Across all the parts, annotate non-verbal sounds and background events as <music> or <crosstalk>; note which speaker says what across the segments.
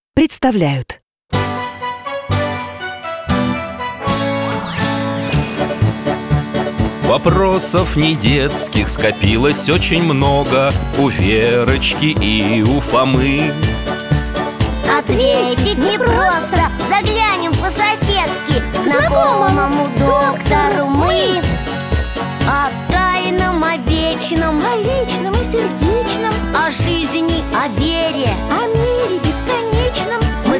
Speaker 1: представляют
Speaker 2: Вопросов не детских скопилось очень много У Верочки и у Фомы
Speaker 3: Ответить непросто Заглянем по-соседски к Знакомому доктору мы О тайном, о вечном О личном и сердечном О жизни, о вере О мире бесконечном Мы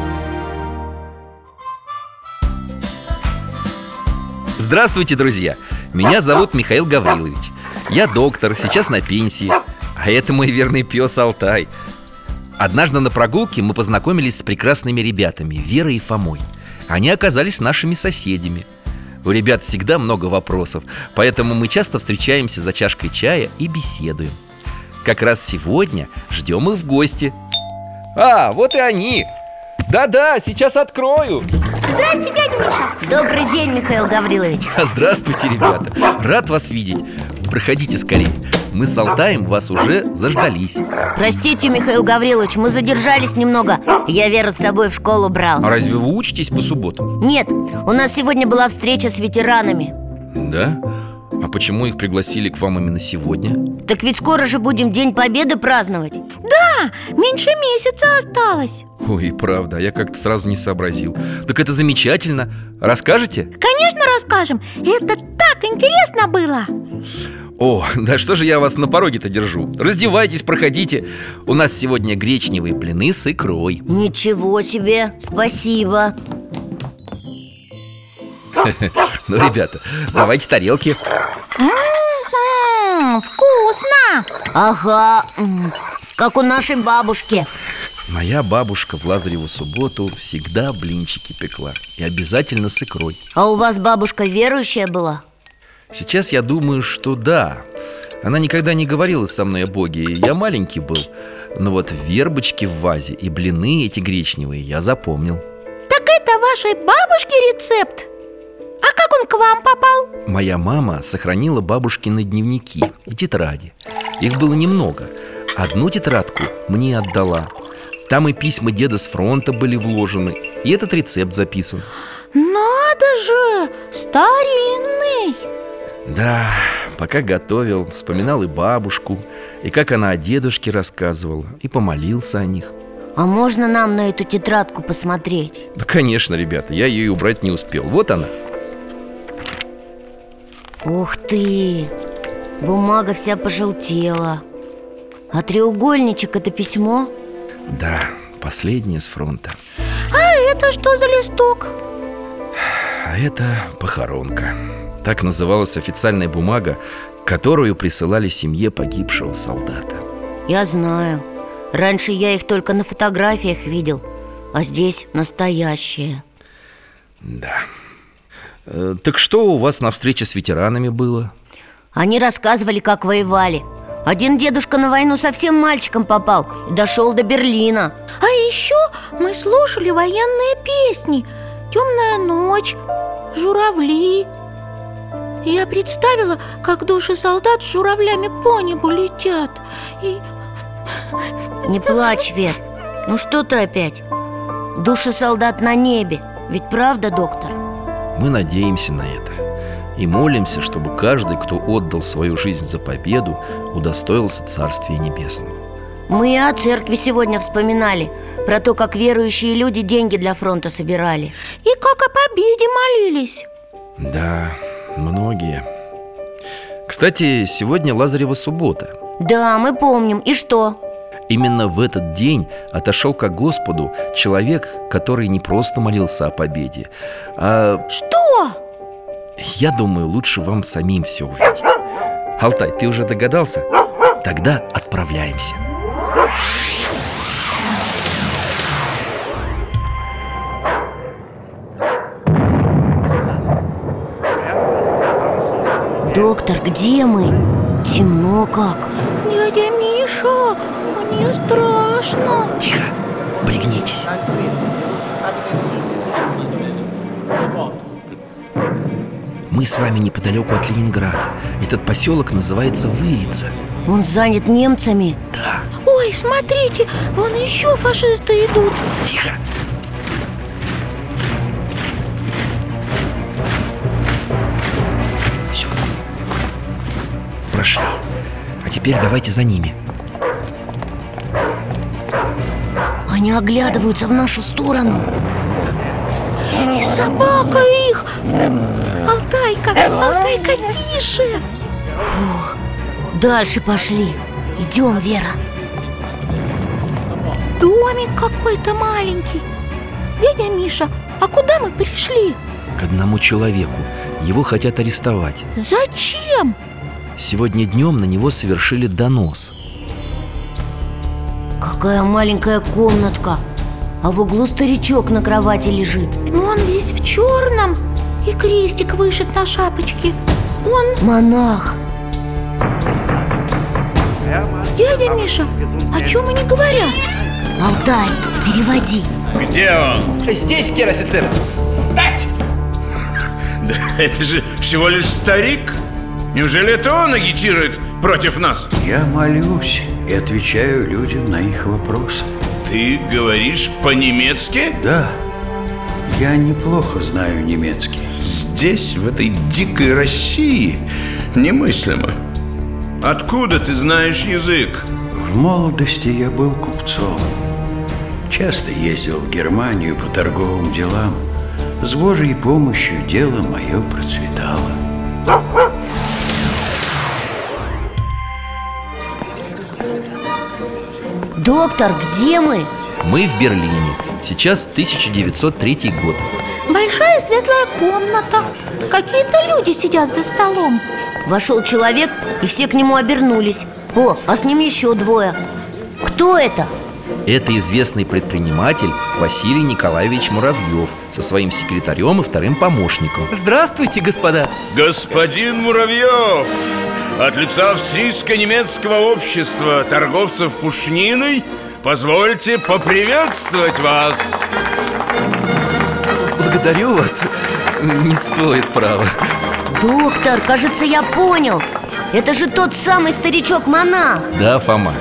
Speaker 2: Здравствуйте, друзья! Меня зовут Михаил Гаврилович. Я доктор, сейчас на пенсии. А это мой верный пес Алтай. Однажды на прогулке мы познакомились с прекрасными ребятами Верой и Фомой. Они оказались нашими соседями. У ребят всегда много вопросов, поэтому мы часто встречаемся за чашкой чая и беседуем. Как раз сегодня ждем их в гости. А, вот и они! Да-да, сейчас открою! <laughs>
Speaker 3: Добрый день, Михаил Гаврилович
Speaker 2: А, Здравствуйте, ребята! Рад вас видеть! Проходите скорее. Мы с Алтаем вас уже заждались.
Speaker 3: Простите, Михаил Гаврилович, мы задержались немного Я Веру с собой в школу брал
Speaker 2: А разве вы учитесь по субботам?
Speaker 3: Нет, у нас сегодня была встреча с ветеранами
Speaker 2: Да? А почему их пригласили к вам именно сегодня?
Speaker 3: Так ведь скоро же будем День Победы праздновать
Speaker 4: Меньше месяца осталось
Speaker 2: Ой, правда, я как-то сразу не сообразил. Так это замечательно. Расскажете?
Speaker 4: Конечно, расскажем Это так интересно было
Speaker 2: О, да что же я вас на пороге-то держу? Раздевайтесь, проходите. У нас сегодня гречневые блины с икрой.
Speaker 3: Ничего себе, спасибо
Speaker 2: Ну, ребята, давайте тарелки.
Speaker 4: М, Вкусно!
Speaker 3: Ага, м, как у нашей бабушки
Speaker 2: Моя бабушка в Лазареву субботу всегда блинчики пекла. И обязательно с икрой.
Speaker 3: А у вас бабушка верующая была?
Speaker 2: Сейчас я думаю, что да. Она никогда не говорила со мной о Боге, и я маленький был. Но вот вербочки в вазе и блины эти гречневые я запомнил.
Speaker 4: Так это вашей бабушки рецепт? А как он к вам попал?
Speaker 2: Моя мама сохранила бабушкины дневники и тетради. Их было немного. Одну тетрадку мне отдала. Там и письма деда с фронта были вложены, и этот рецепт записан.
Speaker 4: Надо же! Старинный!
Speaker 2: Да, пока готовил, вспоминал и бабушку, и как она о дедушке рассказывала, и помолился о них.
Speaker 3: А можно нам на эту тетрадку посмотреть?
Speaker 2: Да, конечно, ребята, я ее и убрать не успел. Вот она.
Speaker 3: Ух ты, бумага вся пожелтела А треугольничек это письмо?
Speaker 2: Да, последняя с фронта.
Speaker 4: А это что за листок?
Speaker 2: А это похоронка. Так называлась официальная бумага, которую присылали семье погибшего солдата.
Speaker 3: Я знаю Раньше я их только на фотографиях видел А здесь настоящие
Speaker 2: Да. Э, так что у вас на встрече с ветеранами было?
Speaker 3: Они рассказывали, как воевали Один дедушка на войну совсем мальчиком попал И дошел до Берлина
Speaker 4: А еще мы слушали военные песни «Темная ночь», «Журавли» И я представила, как души солдат с журавлями по небу летят И
Speaker 3: Не плачь, Вер Ну что ты опять? Души солдат на небе Ведь правда, доктор?
Speaker 2: Мы надеемся на это. И молимся, чтобы каждый, кто отдал свою жизнь за победу, удостоился Царствия Небесного.
Speaker 3: Мы и о церкви сегодня вспоминали Про то, как верующие люди деньги для фронта собирали
Speaker 4: И как о победе молились
Speaker 2: Да, многие Кстати, сегодня Лазарева суббота
Speaker 3: Да, мы помним, и что?
Speaker 2: Именно в этот день отошел к Господу человек, который не просто молился о победе, а
Speaker 4: Что?
Speaker 2: я думаю, лучше вам самим все увидеть. Алтай, ты уже догадался? Тогда отправляемся.
Speaker 3: Доктор, где мы? Темно как
Speaker 4: Дядя Миша, мне страшно
Speaker 2: Тихо, пригнитесь. Мы с вами неподалеку от Ленинграда. Этот поселок называется Вырица.
Speaker 3: Он занят немцами?
Speaker 4: Ой, смотрите, вон еще фашисты идут
Speaker 2: Тихо! Все. Прошли. А теперь давайте за ними.
Speaker 3: Они оглядываются в нашу сторону
Speaker 4: И собака их Алтайка, Алтайка, тише
Speaker 3: Дальше пошли Идем, Вера
Speaker 4: Домик какой-то маленький Дядя Миша, а куда мы пришли?
Speaker 2: К одному человеку. Его хотят арестовать.
Speaker 4: Зачем?
Speaker 2: Сегодня днем на него совершили донос.
Speaker 3: Какая маленькая комнатка А в углу старичок на кровати лежит
Speaker 4: Ну, Он весь в черном И крестик вышит на шапочке Он,
Speaker 3: Монах
Speaker 4: дядя Миша, о чем они говорят?
Speaker 3: Алтай, переводи
Speaker 5: Где он?
Speaker 2: Здесь, кер-офицер.
Speaker 5: <laughs> Да это же всего лишь старик. Неужели это он агитирует против нас?
Speaker 6: Я молюсь и отвечаю людям на их вопросы.
Speaker 5: Ты говоришь по-немецки?
Speaker 6: Да, я неплохо знаю немецкий.
Speaker 5: Здесь, в этой дикой России, немыслимо. Откуда ты знаешь язык?
Speaker 6: В молодости я был купцом. Часто ездил в Германию по торговым делам. С Божьей помощью дело мое процветало.
Speaker 3: Доктор, где мы?
Speaker 2: Мы в Берлине. Сейчас 1903 год.
Speaker 4: Большая светлая комната Какие-то люди сидят за столом
Speaker 3: Вошел человек, и все к нему обернулись О, а с ним еще двое Кто это?
Speaker 2: Это известный предприниматель Василий Николаевич Муравьев со своим секретарем и вторым помощником.
Speaker 7: Здравствуйте, господа!
Speaker 5: Господин Муравьев! От лица австрийско-немецкого общества торговцев пушниной позвольте поприветствовать вас.
Speaker 2: Благодарю вас. Не стоит, право.
Speaker 3: Доктор, кажется, я понял Это же тот самый старичок-монах
Speaker 2: Да, Фома.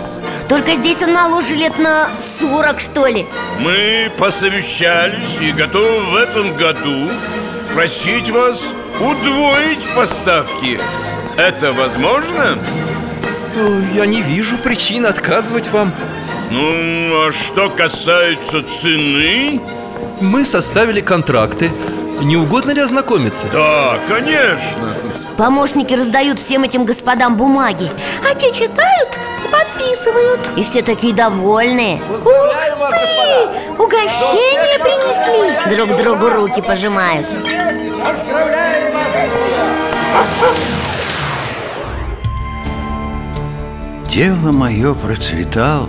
Speaker 3: Только здесь он моложе лет на 40, что ли
Speaker 5: Мы посовещались и готовы в этом году просить вас удвоить поставки. Это возможно?
Speaker 2: Э, Я не вижу причин отказывать вам.
Speaker 5: Ну, а что касается цены?
Speaker 2: Мы составили контракты. Не угодно ли ознакомиться?
Speaker 5: Да, конечно.
Speaker 3: Помощники раздают всем этим господам бумаги
Speaker 4: А те читают и подписывают
Speaker 3: И все такие довольные
Speaker 4: Ух ты! Угощение принесли
Speaker 3: Друг другу руки пожимают
Speaker 6: Дело мое процветало.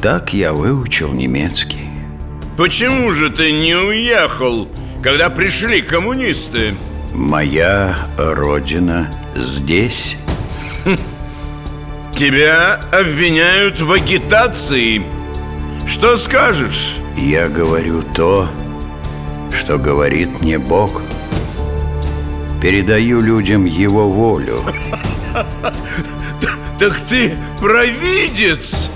Speaker 6: Так я выучил немецкий.
Speaker 5: Почему же ты не уехал, когда пришли коммунисты?
Speaker 6: Моя родина здесь.
Speaker 5: Тебя обвиняют в агитации. Что скажешь?
Speaker 6: Я говорю то, что говорит мне Бог. Передаю людям Его волю.
Speaker 5: Так ты провидец!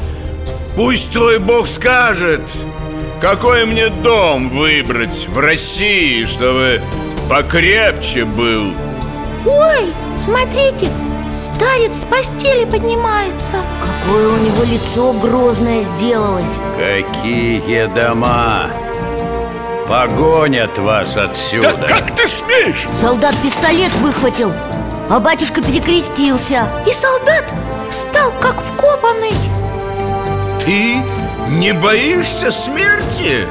Speaker 5: Пусть твой бог скажет, какой мне дом выбрать в России, чтобы покрепче был.
Speaker 4: Ой, смотрите, Старец с постели поднимается
Speaker 3: Какое у него лицо грозное сделалось
Speaker 6: Какие дома! Погонят вас отсюда!
Speaker 5: ты смеешь?
Speaker 3: Солдат пистолет выхватил А батюшка перекрестился
Speaker 4: И солдат встал как вкопанный
Speaker 5: Ты не боишься смерти?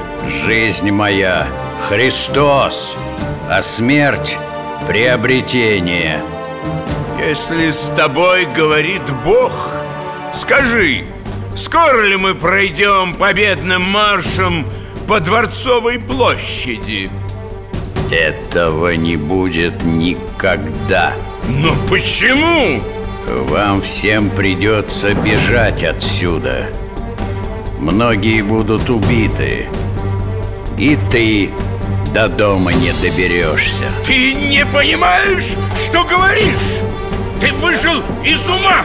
Speaker 6: Жизнь моя – Христос, а смерть – приобретение.
Speaker 5: Если с тобой говорит Бог, скажи, скоро ли мы пройдем победным маршем по Дворцовой площади?
Speaker 6: Этого не будет никогда.
Speaker 5: Но почему?
Speaker 6: Вам всем придется бежать отсюда. Многие будут убиты. И ты до дома не доберешься.
Speaker 5: Ты не понимаешь, что говоришь? Ты выжил из ума!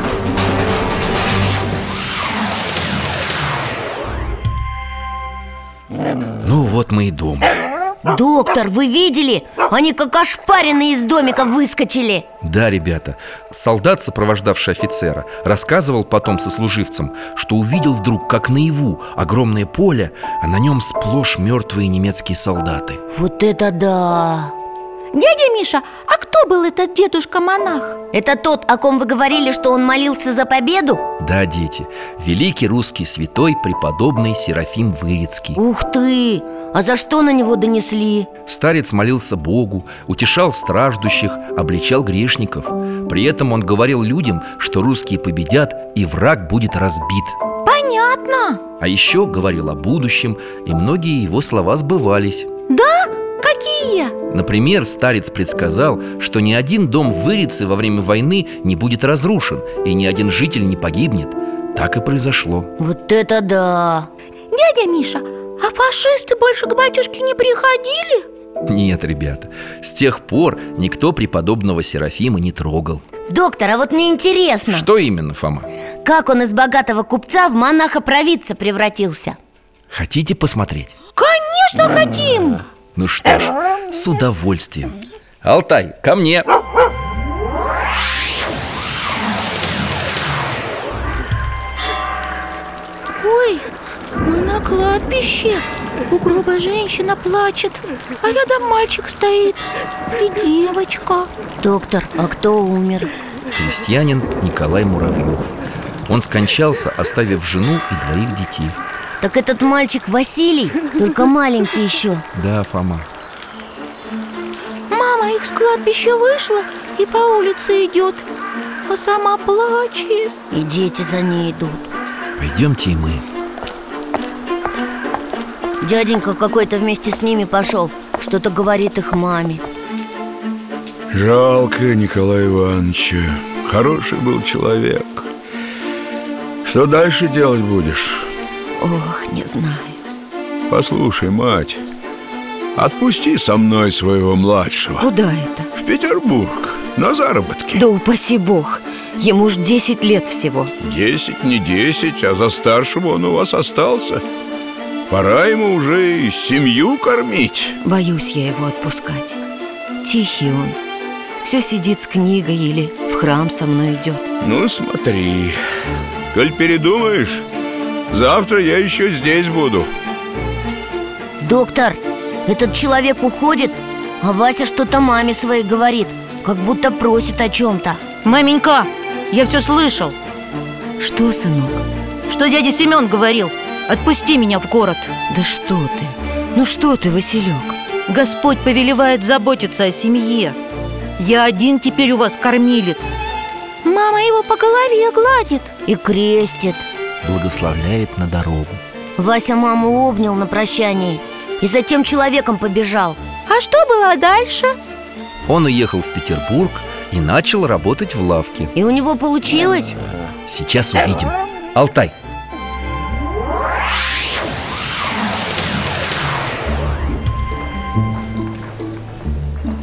Speaker 2: Ну вот мы и дома
Speaker 3: Доктор, вы видели? Они как ошпаренные из домика выскочили
Speaker 2: Да, ребята, солдат, сопровождавший офицера, рассказывал потом сослуживцам, что увидел вдруг, как наяву, огромное поле, а на нем сплошь мертвые немецкие солдаты.
Speaker 3: Вот это да!
Speaker 4: Дядя Миша, а кто был этот дедушка-монах?
Speaker 3: Это тот, о ком вы говорили, что он молился за победу?
Speaker 2: Да, дети, великий русский святой преподобный Серафим Вырицкий.
Speaker 3: Ух ты! А за что на него донесли?
Speaker 2: Старец молился Богу, утешал страждущих, обличал грешников. При этом он говорил людям, что русские победят и враг будет разбит.
Speaker 4: Понятно
Speaker 2: А еще говорил о будущем, и многие его слова сбывались.
Speaker 4: Да? Какие?
Speaker 2: Например, старец предсказал, что ни один дом в Вырице во время войны не будет разрушен, и ни один житель не погибнет. Так и произошло.
Speaker 3: Вот это да!
Speaker 4: Дядя Миша, а фашисты больше к батюшке не приходили?
Speaker 2: Нет, ребята, с тех пор никто преподобного Серафима не трогал.
Speaker 3: Доктор, а вот мне интересно
Speaker 2: Что именно, Фома?
Speaker 3: Как он из богатого купца в монаха-провидца превратился?
Speaker 2: Хотите посмотреть?
Speaker 4: Конечно хотим!
Speaker 2: Ну что ж, с удовольствием. Алтай, ко мне!
Speaker 4: Ой, мы на кладбище Угробая женщина плачет А рядом мальчик стоит И девочка
Speaker 3: Доктор, а кто умер?
Speaker 2: Крестьянин Николай Муравьев. Он скончался, оставив жену и двоих детей.
Speaker 3: Так этот мальчик Василий, только маленький еще
Speaker 2: Да, Фома.
Speaker 4: Мама их с кладбища вышла И по улице идет А сама плачет
Speaker 3: И дети за ней идут
Speaker 2: Пойдемте и мы.
Speaker 3: Дяденька какой-то вместе с ними пошел Что-то говорит их маме
Speaker 5: Жалко Николая Ивановича. Хороший был человек. Что дальше делать будешь?
Speaker 3: Ох, не знаю
Speaker 5: Послушай, мать, отпусти со мной своего младшего
Speaker 1: Куда это?
Speaker 5: в Петербург на заработки.
Speaker 1: Да упаси бог, ему ж 10 лет всего
Speaker 5: Десять, не десять, а за старшего он у вас остался. Пора ему уже и семью кормить.
Speaker 1: Боюсь я его отпускать Тихий он Все сидит с книгой или в храм со мной идет
Speaker 5: Ну, смотри, коль передумаешь, завтра я еще здесь буду.
Speaker 3: Доктор, этот человек уходит А Вася что-то маме своей говорит Как будто просит о чем-то
Speaker 7: Маменька, я все слышал,
Speaker 1: Что, сынок?
Speaker 7: что дядя Семен говорил. Отпусти меня в город.
Speaker 1: Да что ты? Ну что ты, Василек?
Speaker 7: Господь повелевает заботиться о семье. Я один теперь у вас кормилец.
Speaker 4: Мама его по голове гладит
Speaker 3: И крестит
Speaker 2: Благословляет на дорогу.
Speaker 3: Вася маму обнял на прощании И за тем человеком побежал
Speaker 4: А что было дальше?
Speaker 2: Он уехал в Петербург и начал работать в лавке.
Speaker 3: И у него получилось?
Speaker 2: Сейчас увидим. Алтай,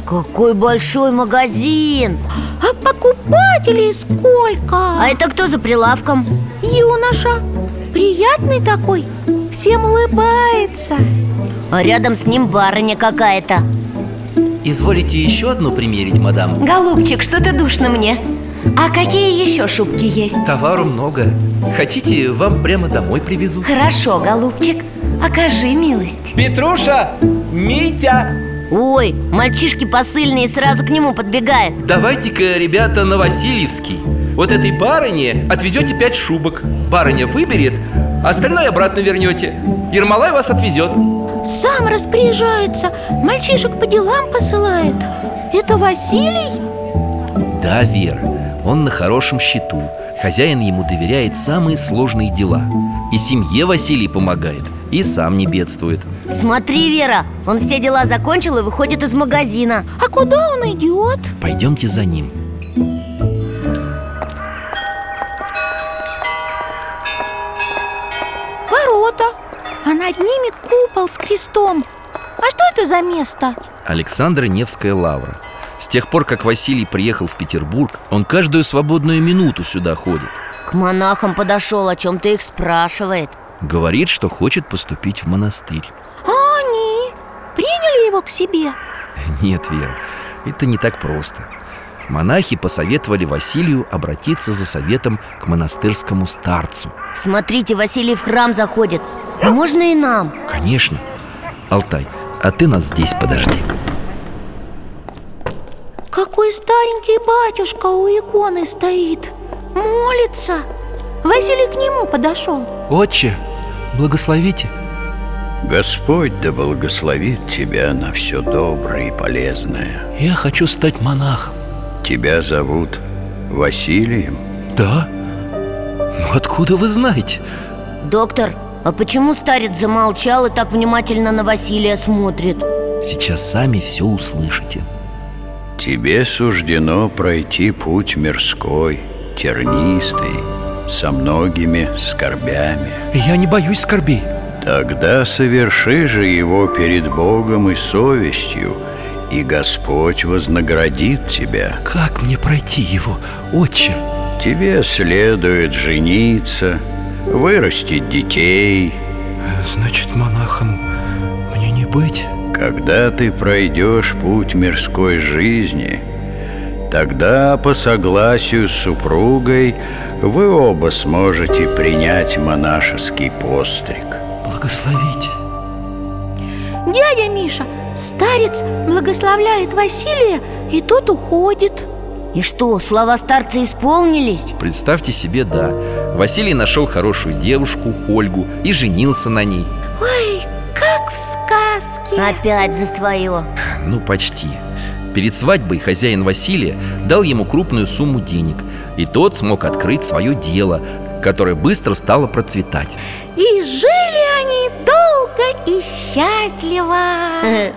Speaker 3: Какой большой магазин
Speaker 4: А покупателей сколько?
Speaker 3: А это кто за прилавком?
Speaker 4: Юноша Приятный такой Всем улыбается
Speaker 3: А рядом с ним барыня какая-то
Speaker 2: изволите еще одну примерить, мадам?
Speaker 3: Голубчик, что-то душно мне
Speaker 8: А какие еще шубки есть?
Speaker 2: Товару много. Хотите, вам прямо домой привезу?
Speaker 8: Хорошо, голубчик, окажи милость
Speaker 2: Петруша! Митя!
Speaker 3: Ой, мальчишки посыльные сразу к нему подбегают
Speaker 2: Давайте-ка, ребята, на Васильевский. Вот этой барыне отвезете пять шубок. Барыня выберет, а остальное обратно вернете. Ермолай вас отвезет.
Speaker 4: Сам распоряжается, мальчишек по делам посылает Это Василий?
Speaker 2: Да, Вера, он на хорошем счету Хозяин ему доверяет самые сложные дела И семье Василий помогает, и сам не бедствует
Speaker 3: Смотри, Вера, он все дела закончил и выходит из магазина
Speaker 4: А куда он идет?
Speaker 2: Пойдемте за ним
Speaker 4: Ворота А над ними купол с крестом А что это за место?
Speaker 2: Александра Невская лавра С тех пор, как Василий приехал в Петербург Он каждую свободную минуту сюда ходит
Speaker 3: К монахам подошел, о чем-то их спрашивает
Speaker 2: Говорит, что хочет поступить в монастырь
Speaker 4: А они приняли его к себе?
Speaker 2: Нет, Вера, это не так просто Монахи посоветовали Василию обратиться за советом к монастырскому старцу
Speaker 3: Смотрите, Василий в храм заходит А можно и нам?
Speaker 2: Конечно. Алтай, а ты нас здесь подожди.
Speaker 4: Какой старенький батюшка у иконы стоит Молится Василий к нему подошел
Speaker 2: Отче, благословите.
Speaker 6: Господь да благословит тебя на все доброе и полезное.
Speaker 2: Я хочу стать монахом.
Speaker 6: Тебя зовут Василием.
Speaker 2: Да? Ну откуда вы знаете?
Speaker 3: Доктор, а почему старец замолчал и так внимательно на Василия смотрит?
Speaker 2: Сейчас сами все услышите.
Speaker 6: Тебе суждено пройти путь мирской, тернистый, со многими скорбями.
Speaker 2: Я не боюсь скорби.
Speaker 6: Тогда соверши же его перед Богом и совестью, и Господь вознаградит тебя.
Speaker 2: Как мне пройти его, отче?
Speaker 6: Тебе следует жениться, вырастить детей.
Speaker 2: Э, Значит, монахом мне не быть?
Speaker 6: Когда ты пройдешь путь мирской жизни, тогда по согласию с супругой вы оба сможете принять монашеский постриг.
Speaker 2: Благословите.
Speaker 4: Дядя Миша, старец благословляет Василия и тот уходит
Speaker 3: И что, слова старца исполнились?
Speaker 2: Представьте себе, да. Василий нашел хорошую девушку, Ольгу, и женился на ней.
Speaker 4: Ой, как в сказке
Speaker 3: Опять за свое
Speaker 2: Ну, почти. Перед свадьбой хозяин Василия дал ему крупную сумму денег, и тот смог открыть свое дело, которое быстро стало процветать.
Speaker 4: И жили они долго и счастливо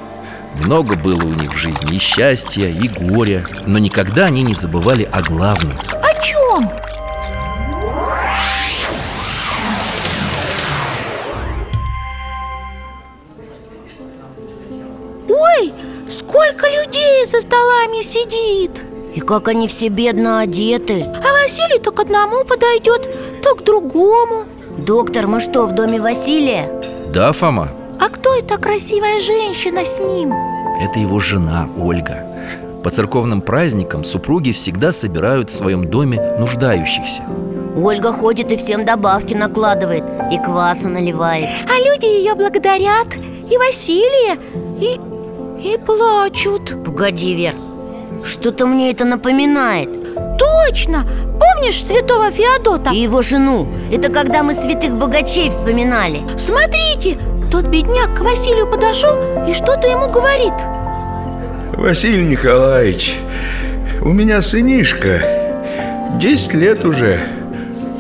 Speaker 2: Много было у них в жизни и счастья, и горя, но никогда они не забывали о главном.
Speaker 4: О чем? Ой, сколько людей за столами сидит
Speaker 3: И как они все бедно одеты
Speaker 4: А Василий то к одному подойдет, то к другому
Speaker 3: Доктор, мы что, в доме Василия?
Speaker 2: Да, Фома,
Speaker 4: А кто эта красивая женщина с ним?
Speaker 2: это его жена Ольга. По церковным праздникам супруги всегда собирают в своем доме нуждающихся.
Speaker 3: Ольга ходит и всем добавки накладывает И квасу наливает
Speaker 4: А люди ее благодарят И Василия, и, и плачут
Speaker 3: Погоди, Вер, что-то мне это напоминает
Speaker 4: Точно! Помнишь святого Феодота?
Speaker 3: И его жену Это когда мы святых богачей вспоминали
Speaker 4: Смотрите, тот бедняк к Василию подошел и что-то ему говорит
Speaker 5: Василий Николаевич, у меня сынишка, 10 лет уже,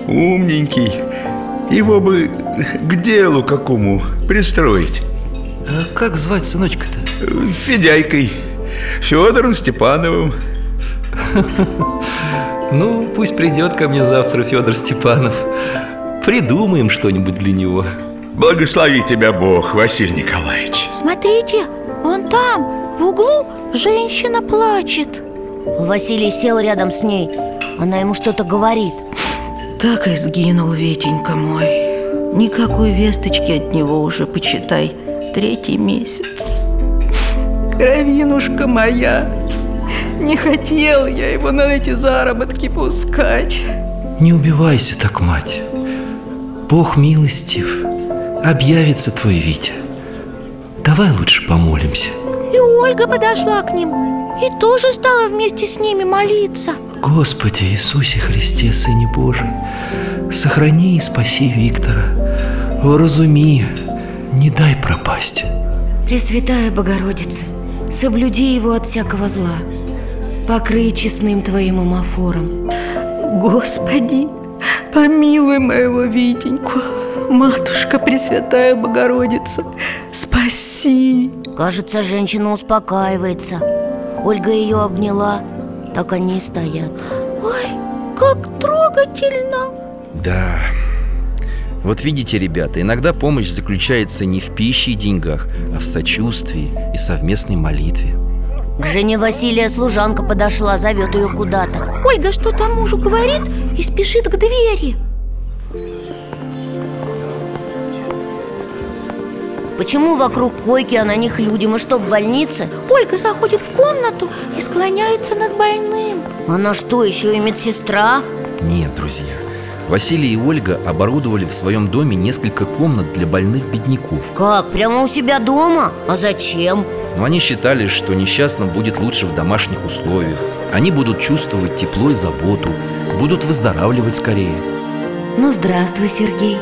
Speaker 5: умненький. Его бы к делу какому пристроить,
Speaker 2: А как звать сыночка-то?
Speaker 5: Э, Федяйкой, Федором Степановым.
Speaker 2: Ну, пусть придет ко мне завтра Федор Степанов. Придумаем что-нибудь для него.
Speaker 5: Благослови тебя Бог, Василий Николаевич.
Speaker 4: Смотрите, вон там, в углу, женщина плачет
Speaker 3: Василий сел рядом с ней Она ему что-то говорит
Speaker 7: Так и сгинул Витенька мой Никакой весточки от него уже, почитай, третий месяц Кровинушка моя Не хотел я его на эти заработки пускать.
Speaker 9: Не убивайся так, мать. Бог милостив, объявится твой Витя. Давай лучше помолимся.
Speaker 4: И Ольга подошла к ним и тоже стала вместе с ними молиться.
Speaker 9: Господи Иисусе Христе, Сыне Божий, сохрани и спаси Виктора, вразуми, не дай пропасть.
Speaker 1: Пресвятая Богородица, соблюди его от всякого зла, покрый честным твоим умофором.
Speaker 7: Господи, помилуй моего Витеньку. Матушка Пресвятая Богородица, спаси.
Speaker 3: Кажется, женщина успокаивается Ольга ее обняла Так они и стоят
Speaker 4: Ой, как трогательно!
Speaker 2: Да. Вот видите, ребята, иногда помощь заключается не в пище и деньгах, а в сочувствии и совместной молитве.
Speaker 3: К жене Василия служанка подошла, зовет ее куда-то
Speaker 4: Ольга что-то мужу говорит и спешит к двери.
Speaker 3: Почему вокруг койки, а на них люди? Мы что, в больнице?
Speaker 4: Ольга заходит в комнату и склоняется над больным.
Speaker 3: Она что, еще и медсестра?
Speaker 2: Нет, друзья. Василий и Ольга оборудовали в своем доме несколько комнат для больных бедняков.
Speaker 3: Как, прямо у себя дома? А зачем?
Speaker 2: Но они считали, что несчастным будет лучше в домашних условиях. Они будут чувствовать тепло и заботу, будут выздоравливать скорее.
Speaker 8: Ну, здравствуй, Сергей.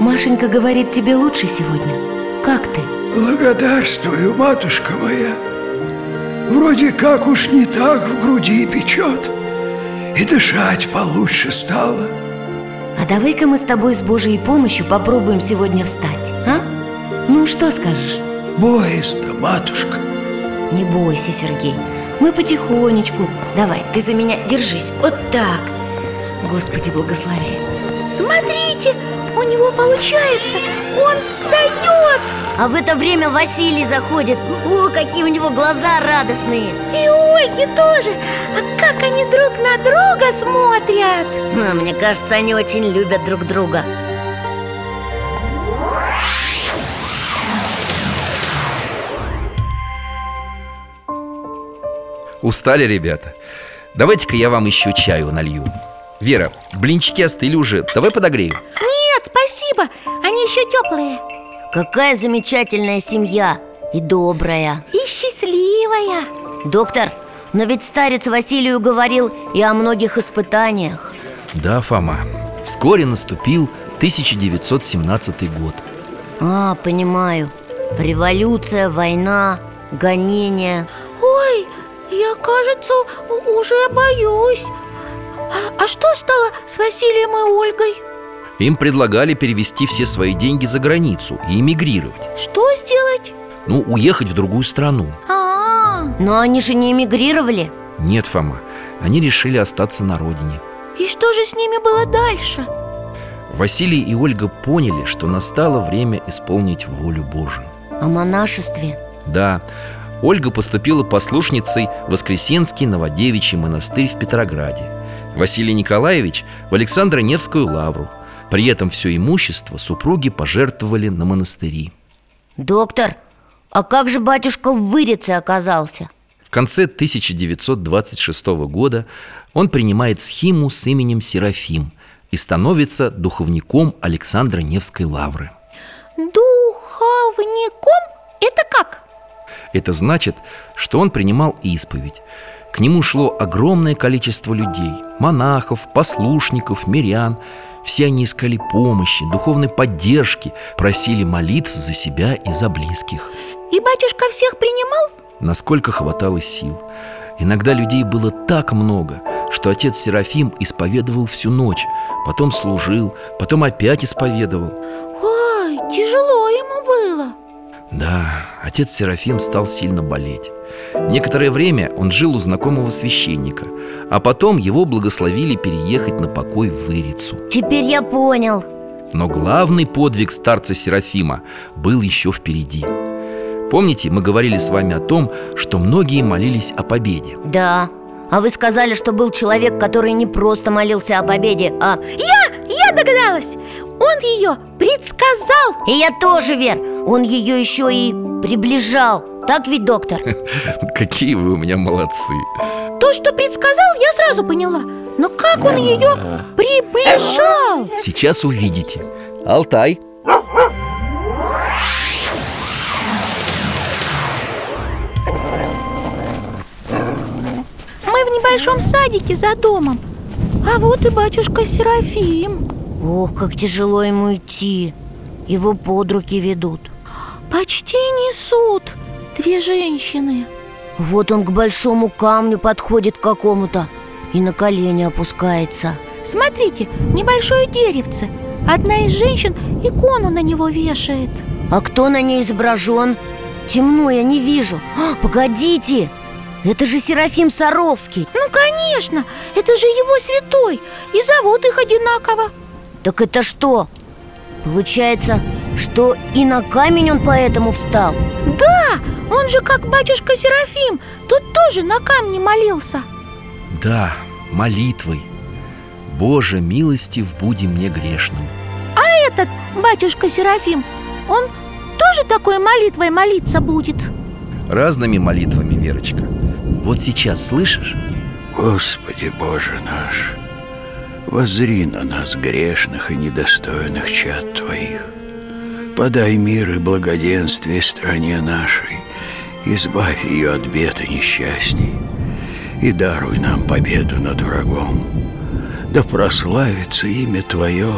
Speaker 8: Машенька говорит, тебе лучше сегодня. Как ты?
Speaker 6: Благодарствую, матушка моя. Вроде как уж не так в груди печет. И дышать получше стало.
Speaker 8: А давай-ка мы с тобой с Божьей помощью попробуем сегодня встать, а? Ну, что скажешь?
Speaker 6: Боязно, матушка.
Speaker 8: Не бойся, Сергей. Мы потихонечку. Давай, ты за меня держись. Вот так. Господи, благослови.
Speaker 4: Смотрите, у него получается! Он встает!
Speaker 3: А в это время Василий заходит О, какие у него глаза радостные
Speaker 4: И у Ольги тоже! А как они друг на друга смотрят!
Speaker 3: <laughs> А, Мне кажется, они очень любят друг друга
Speaker 2: Устали, ребята? Давайте-ка я вам еще чаю налью. Вера, блинчики остыли уже. Давай подогреем.
Speaker 4: Нет, спасибо, они еще теплые
Speaker 3: Какая замечательная семья И добрая
Speaker 4: и счастливая
Speaker 3: Доктор, но ведь старец Василию говорил и о многих испытаниях
Speaker 2: Да, Фома. Вскоре наступил 1917 год.
Speaker 3: А, понимаю Революция, война, гонения
Speaker 4: Ой, я, кажется, у- уже боюсь а, а что стало с Василием и Ольгой?
Speaker 2: Им предлагали перевести все свои деньги за границу и эмигрировать.
Speaker 4: Что сделать?
Speaker 2: Ну, уехать в другую страну.
Speaker 4: А,
Speaker 3: Но они же не эмигрировали
Speaker 2: Нет, Фома. Они решили остаться на родине.
Speaker 4: и что же с ними было дальше?
Speaker 2: Василий и Ольга поняли, что настало время исполнить волю Божию.
Speaker 3: О а монашестве
Speaker 2: Да, Ольга поступила послушницей в Воскресенский Новодевичий монастырь в Петрограде. Василий Николаевич в Александро-Невскую лавру. При этом все имущество супруги пожертвовали на монастыри.
Speaker 3: Доктор, а как же батюшка в вырице оказался?
Speaker 2: В конце 1926 года он принимает схиму с именем Серафим и становится духовником Александра Невской лавры.
Speaker 4: Духовником? Это как?
Speaker 2: Это значит, что он принимал исповедь. К нему шло огромное количество людей – монахов, послушников, мирян. Все они искали помощи, духовной поддержки, просили молитв за себя и за близких,
Speaker 4: И батюшка всех принимал?
Speaker 2: насколько хватало сил. Иногда людей было так много, что отец Серафим исповедовал всю ночь, потом служил, потом опять исповедовал.
Speaker 4: Ой, тяжело ему было
Speaker 2: Да, отец Серафим стал сильно болеть. Некоторое время он жил у знакомого священника, а потом его благословили переехать на покой в Вырицу.
Speaker 3: Теперь я понял
Speaker 2: Но главный подвиг старца Серафима был еще впереди. Помните, мы говорили с вами о том, что многие молились о победе.
Speaker 3: Да, а вы сказали, что был человек, который не просто молился о победе, а...
Speaker 4: Я, я догадалась Он ее предсказал
Speaker 3: И я тоже, Вер, он ее еще и приближал Так ведь, доктор?
Speaker 2: Какие вы у меня молодцы!
Speaker 4: То, что предсказал, я сразу поняла Но как он ее приближал
Speaker 2: Сейчас увидите Алтай
Speaker 4: Мы в небольшом садике за домом А вот и батюшка Серафим
Speaker 3: Ох, как тяжело ему идти Его под руки ведут
Speaker 4: Почти несут Две женщины
Speaker 3: Вот он к большому камню подходит к какому-то И на колени опускается
Speaker 4: Смотрите, небольшое деревце Одна из женщин икону на него вешает
Speaker 3: А кто на ней изображен? Темно, я не вижу а, Погодите, это же Серафим Саровский
Speaker 4: Ну, конечно, это же его святой И зовут их одинаково
Speaker 3: Так это что? Получается, что и на камень он поэтому встал?
Speaker 4: Да, он же как батюшка Серафим Тут тоже на камне молился
Speaker 2: Да, молитвой Боже, милостив, буди мне грешным
Speaker 4: А этот батюшка Серафим, он тоже такой молитвой молиться будет?
Speaker 2: Разными молитвами, Верочка Вот сейчас слышишь?
Speaker 6: Господи Боже наш, возри на нас грешных и недостойных чад Твоих. Подай мир и благоденствие стране нашей, избавь ее от бед и несчастий, и даруй нам победу над врагом. Да прославится имя Твое,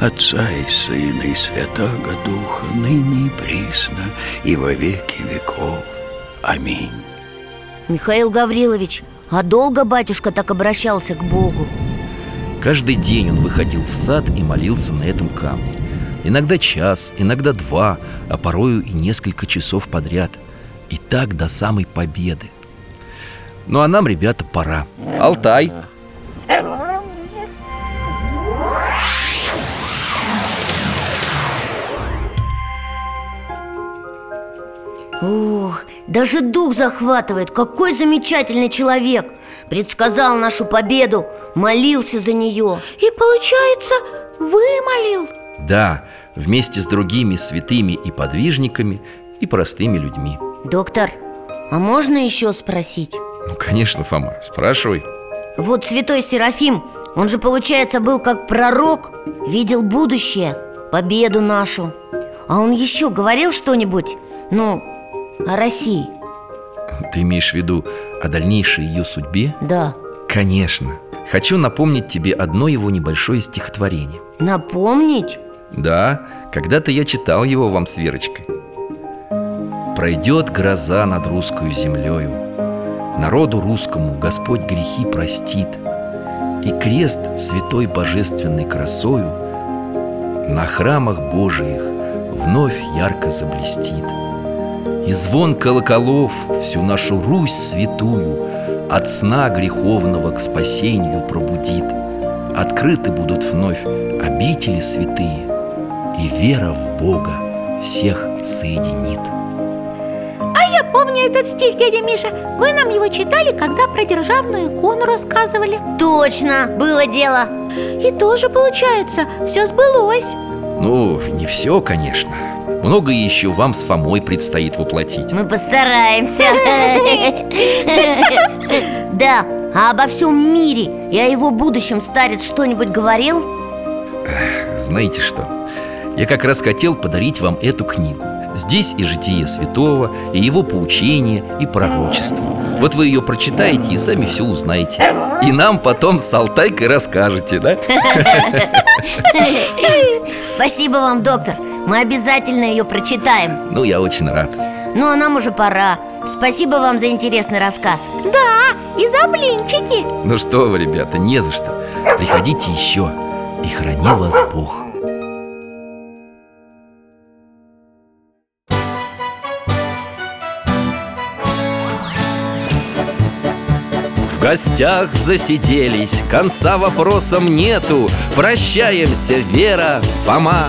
Speaker 6: Отца и Сына и Святаго Духа, ныне и присно, и во веки веков. Аминь.
Speaker 3: Михаил Гаврилович, а долго батюшка так обращался к Богу?
Speaker 2: Каждый день он выходил в сад и молился на этом камне. Иногда час, иногда два, а порою и несколько часов подряд. И так до самой победы. Ну а нам, ребята, пора. Алтай!
Speaker 3: Ух, даже дух захватывает, какой замечательный человек Предсказал нашу победу, молился за нее
Speaker 4: И получается, вымолил
Speaker 2: Да, вместе с другими святыми и подвижниками, и простыми людьми
Speaker 3: Доктор, а можно еще спросить?
Speaker 2: Ну, конечно, Фома, спрашивай
Speaker 3: Вот святой Серафим, он же, получается, был как пророк Видел будущее, победу нашу А он еще говорил что-нибудь? Ну, о России
Speaker 2: Ты имеешь в виду о дальнейшей ее судьбе?
Speaker 3: Да
Speaker 2: Конечно Хочу напомнить тебе одно его небольшое стихотворение
Speaker 3: Напомнить?
Speaker 2: Да, когда-то я читал его вам с Верочкой Пройдет гроза над русскую землею Народу русскому Господь грехи простит И крест святой божественной красою На храмах Божиих вновь ярко заблестит и звон колоколов всю нашу Русь святую От сна греховного к спасению пробудит Открыты будут вновь обители святые И вера в Бога всех соединит
Speaker 4: А я помню этот стих, дядя Миша Вы нам его читали, когда про державную икону рассказывали
Speaker 3: Точно, было дело
Speaker 4: И тоже получается, все сбылось
Speaker 2: Ну, не все, конечно много еще вам с Фомой предстоит воплотить
Speaker 3: Мы постараемся
Speaker 10: <laughs>
Speaker 3: Да, а обо всем мире и о его будущем старец что-нибудь говорил?
Speaker 10: <laughs>
Speaker 2: Знаете что? Я как раз хотел подарить вам эту книгу Здесь и житие святого, и его поучение, и пророчество Вот вы ее прочитаете и сами все узнаете И нам потом с Алтайкой расскажете, да?
Speaker 3: Спасибо вам, доктор мы обязательно ее прочитаем
Speaker 2: Ну, я очень рад
Speaker 3: Ну, а нам уже пора Спасибо вам за интересный рассказ
Speaker 4: Да, и за блинчики
Speaker 2: Ну что вы, ребята, не за что Приходите еще И храни вас Бог В гостях засиделись, конца вопросам нету Прощаемся, Вера, Фома,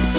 Speaker 2: с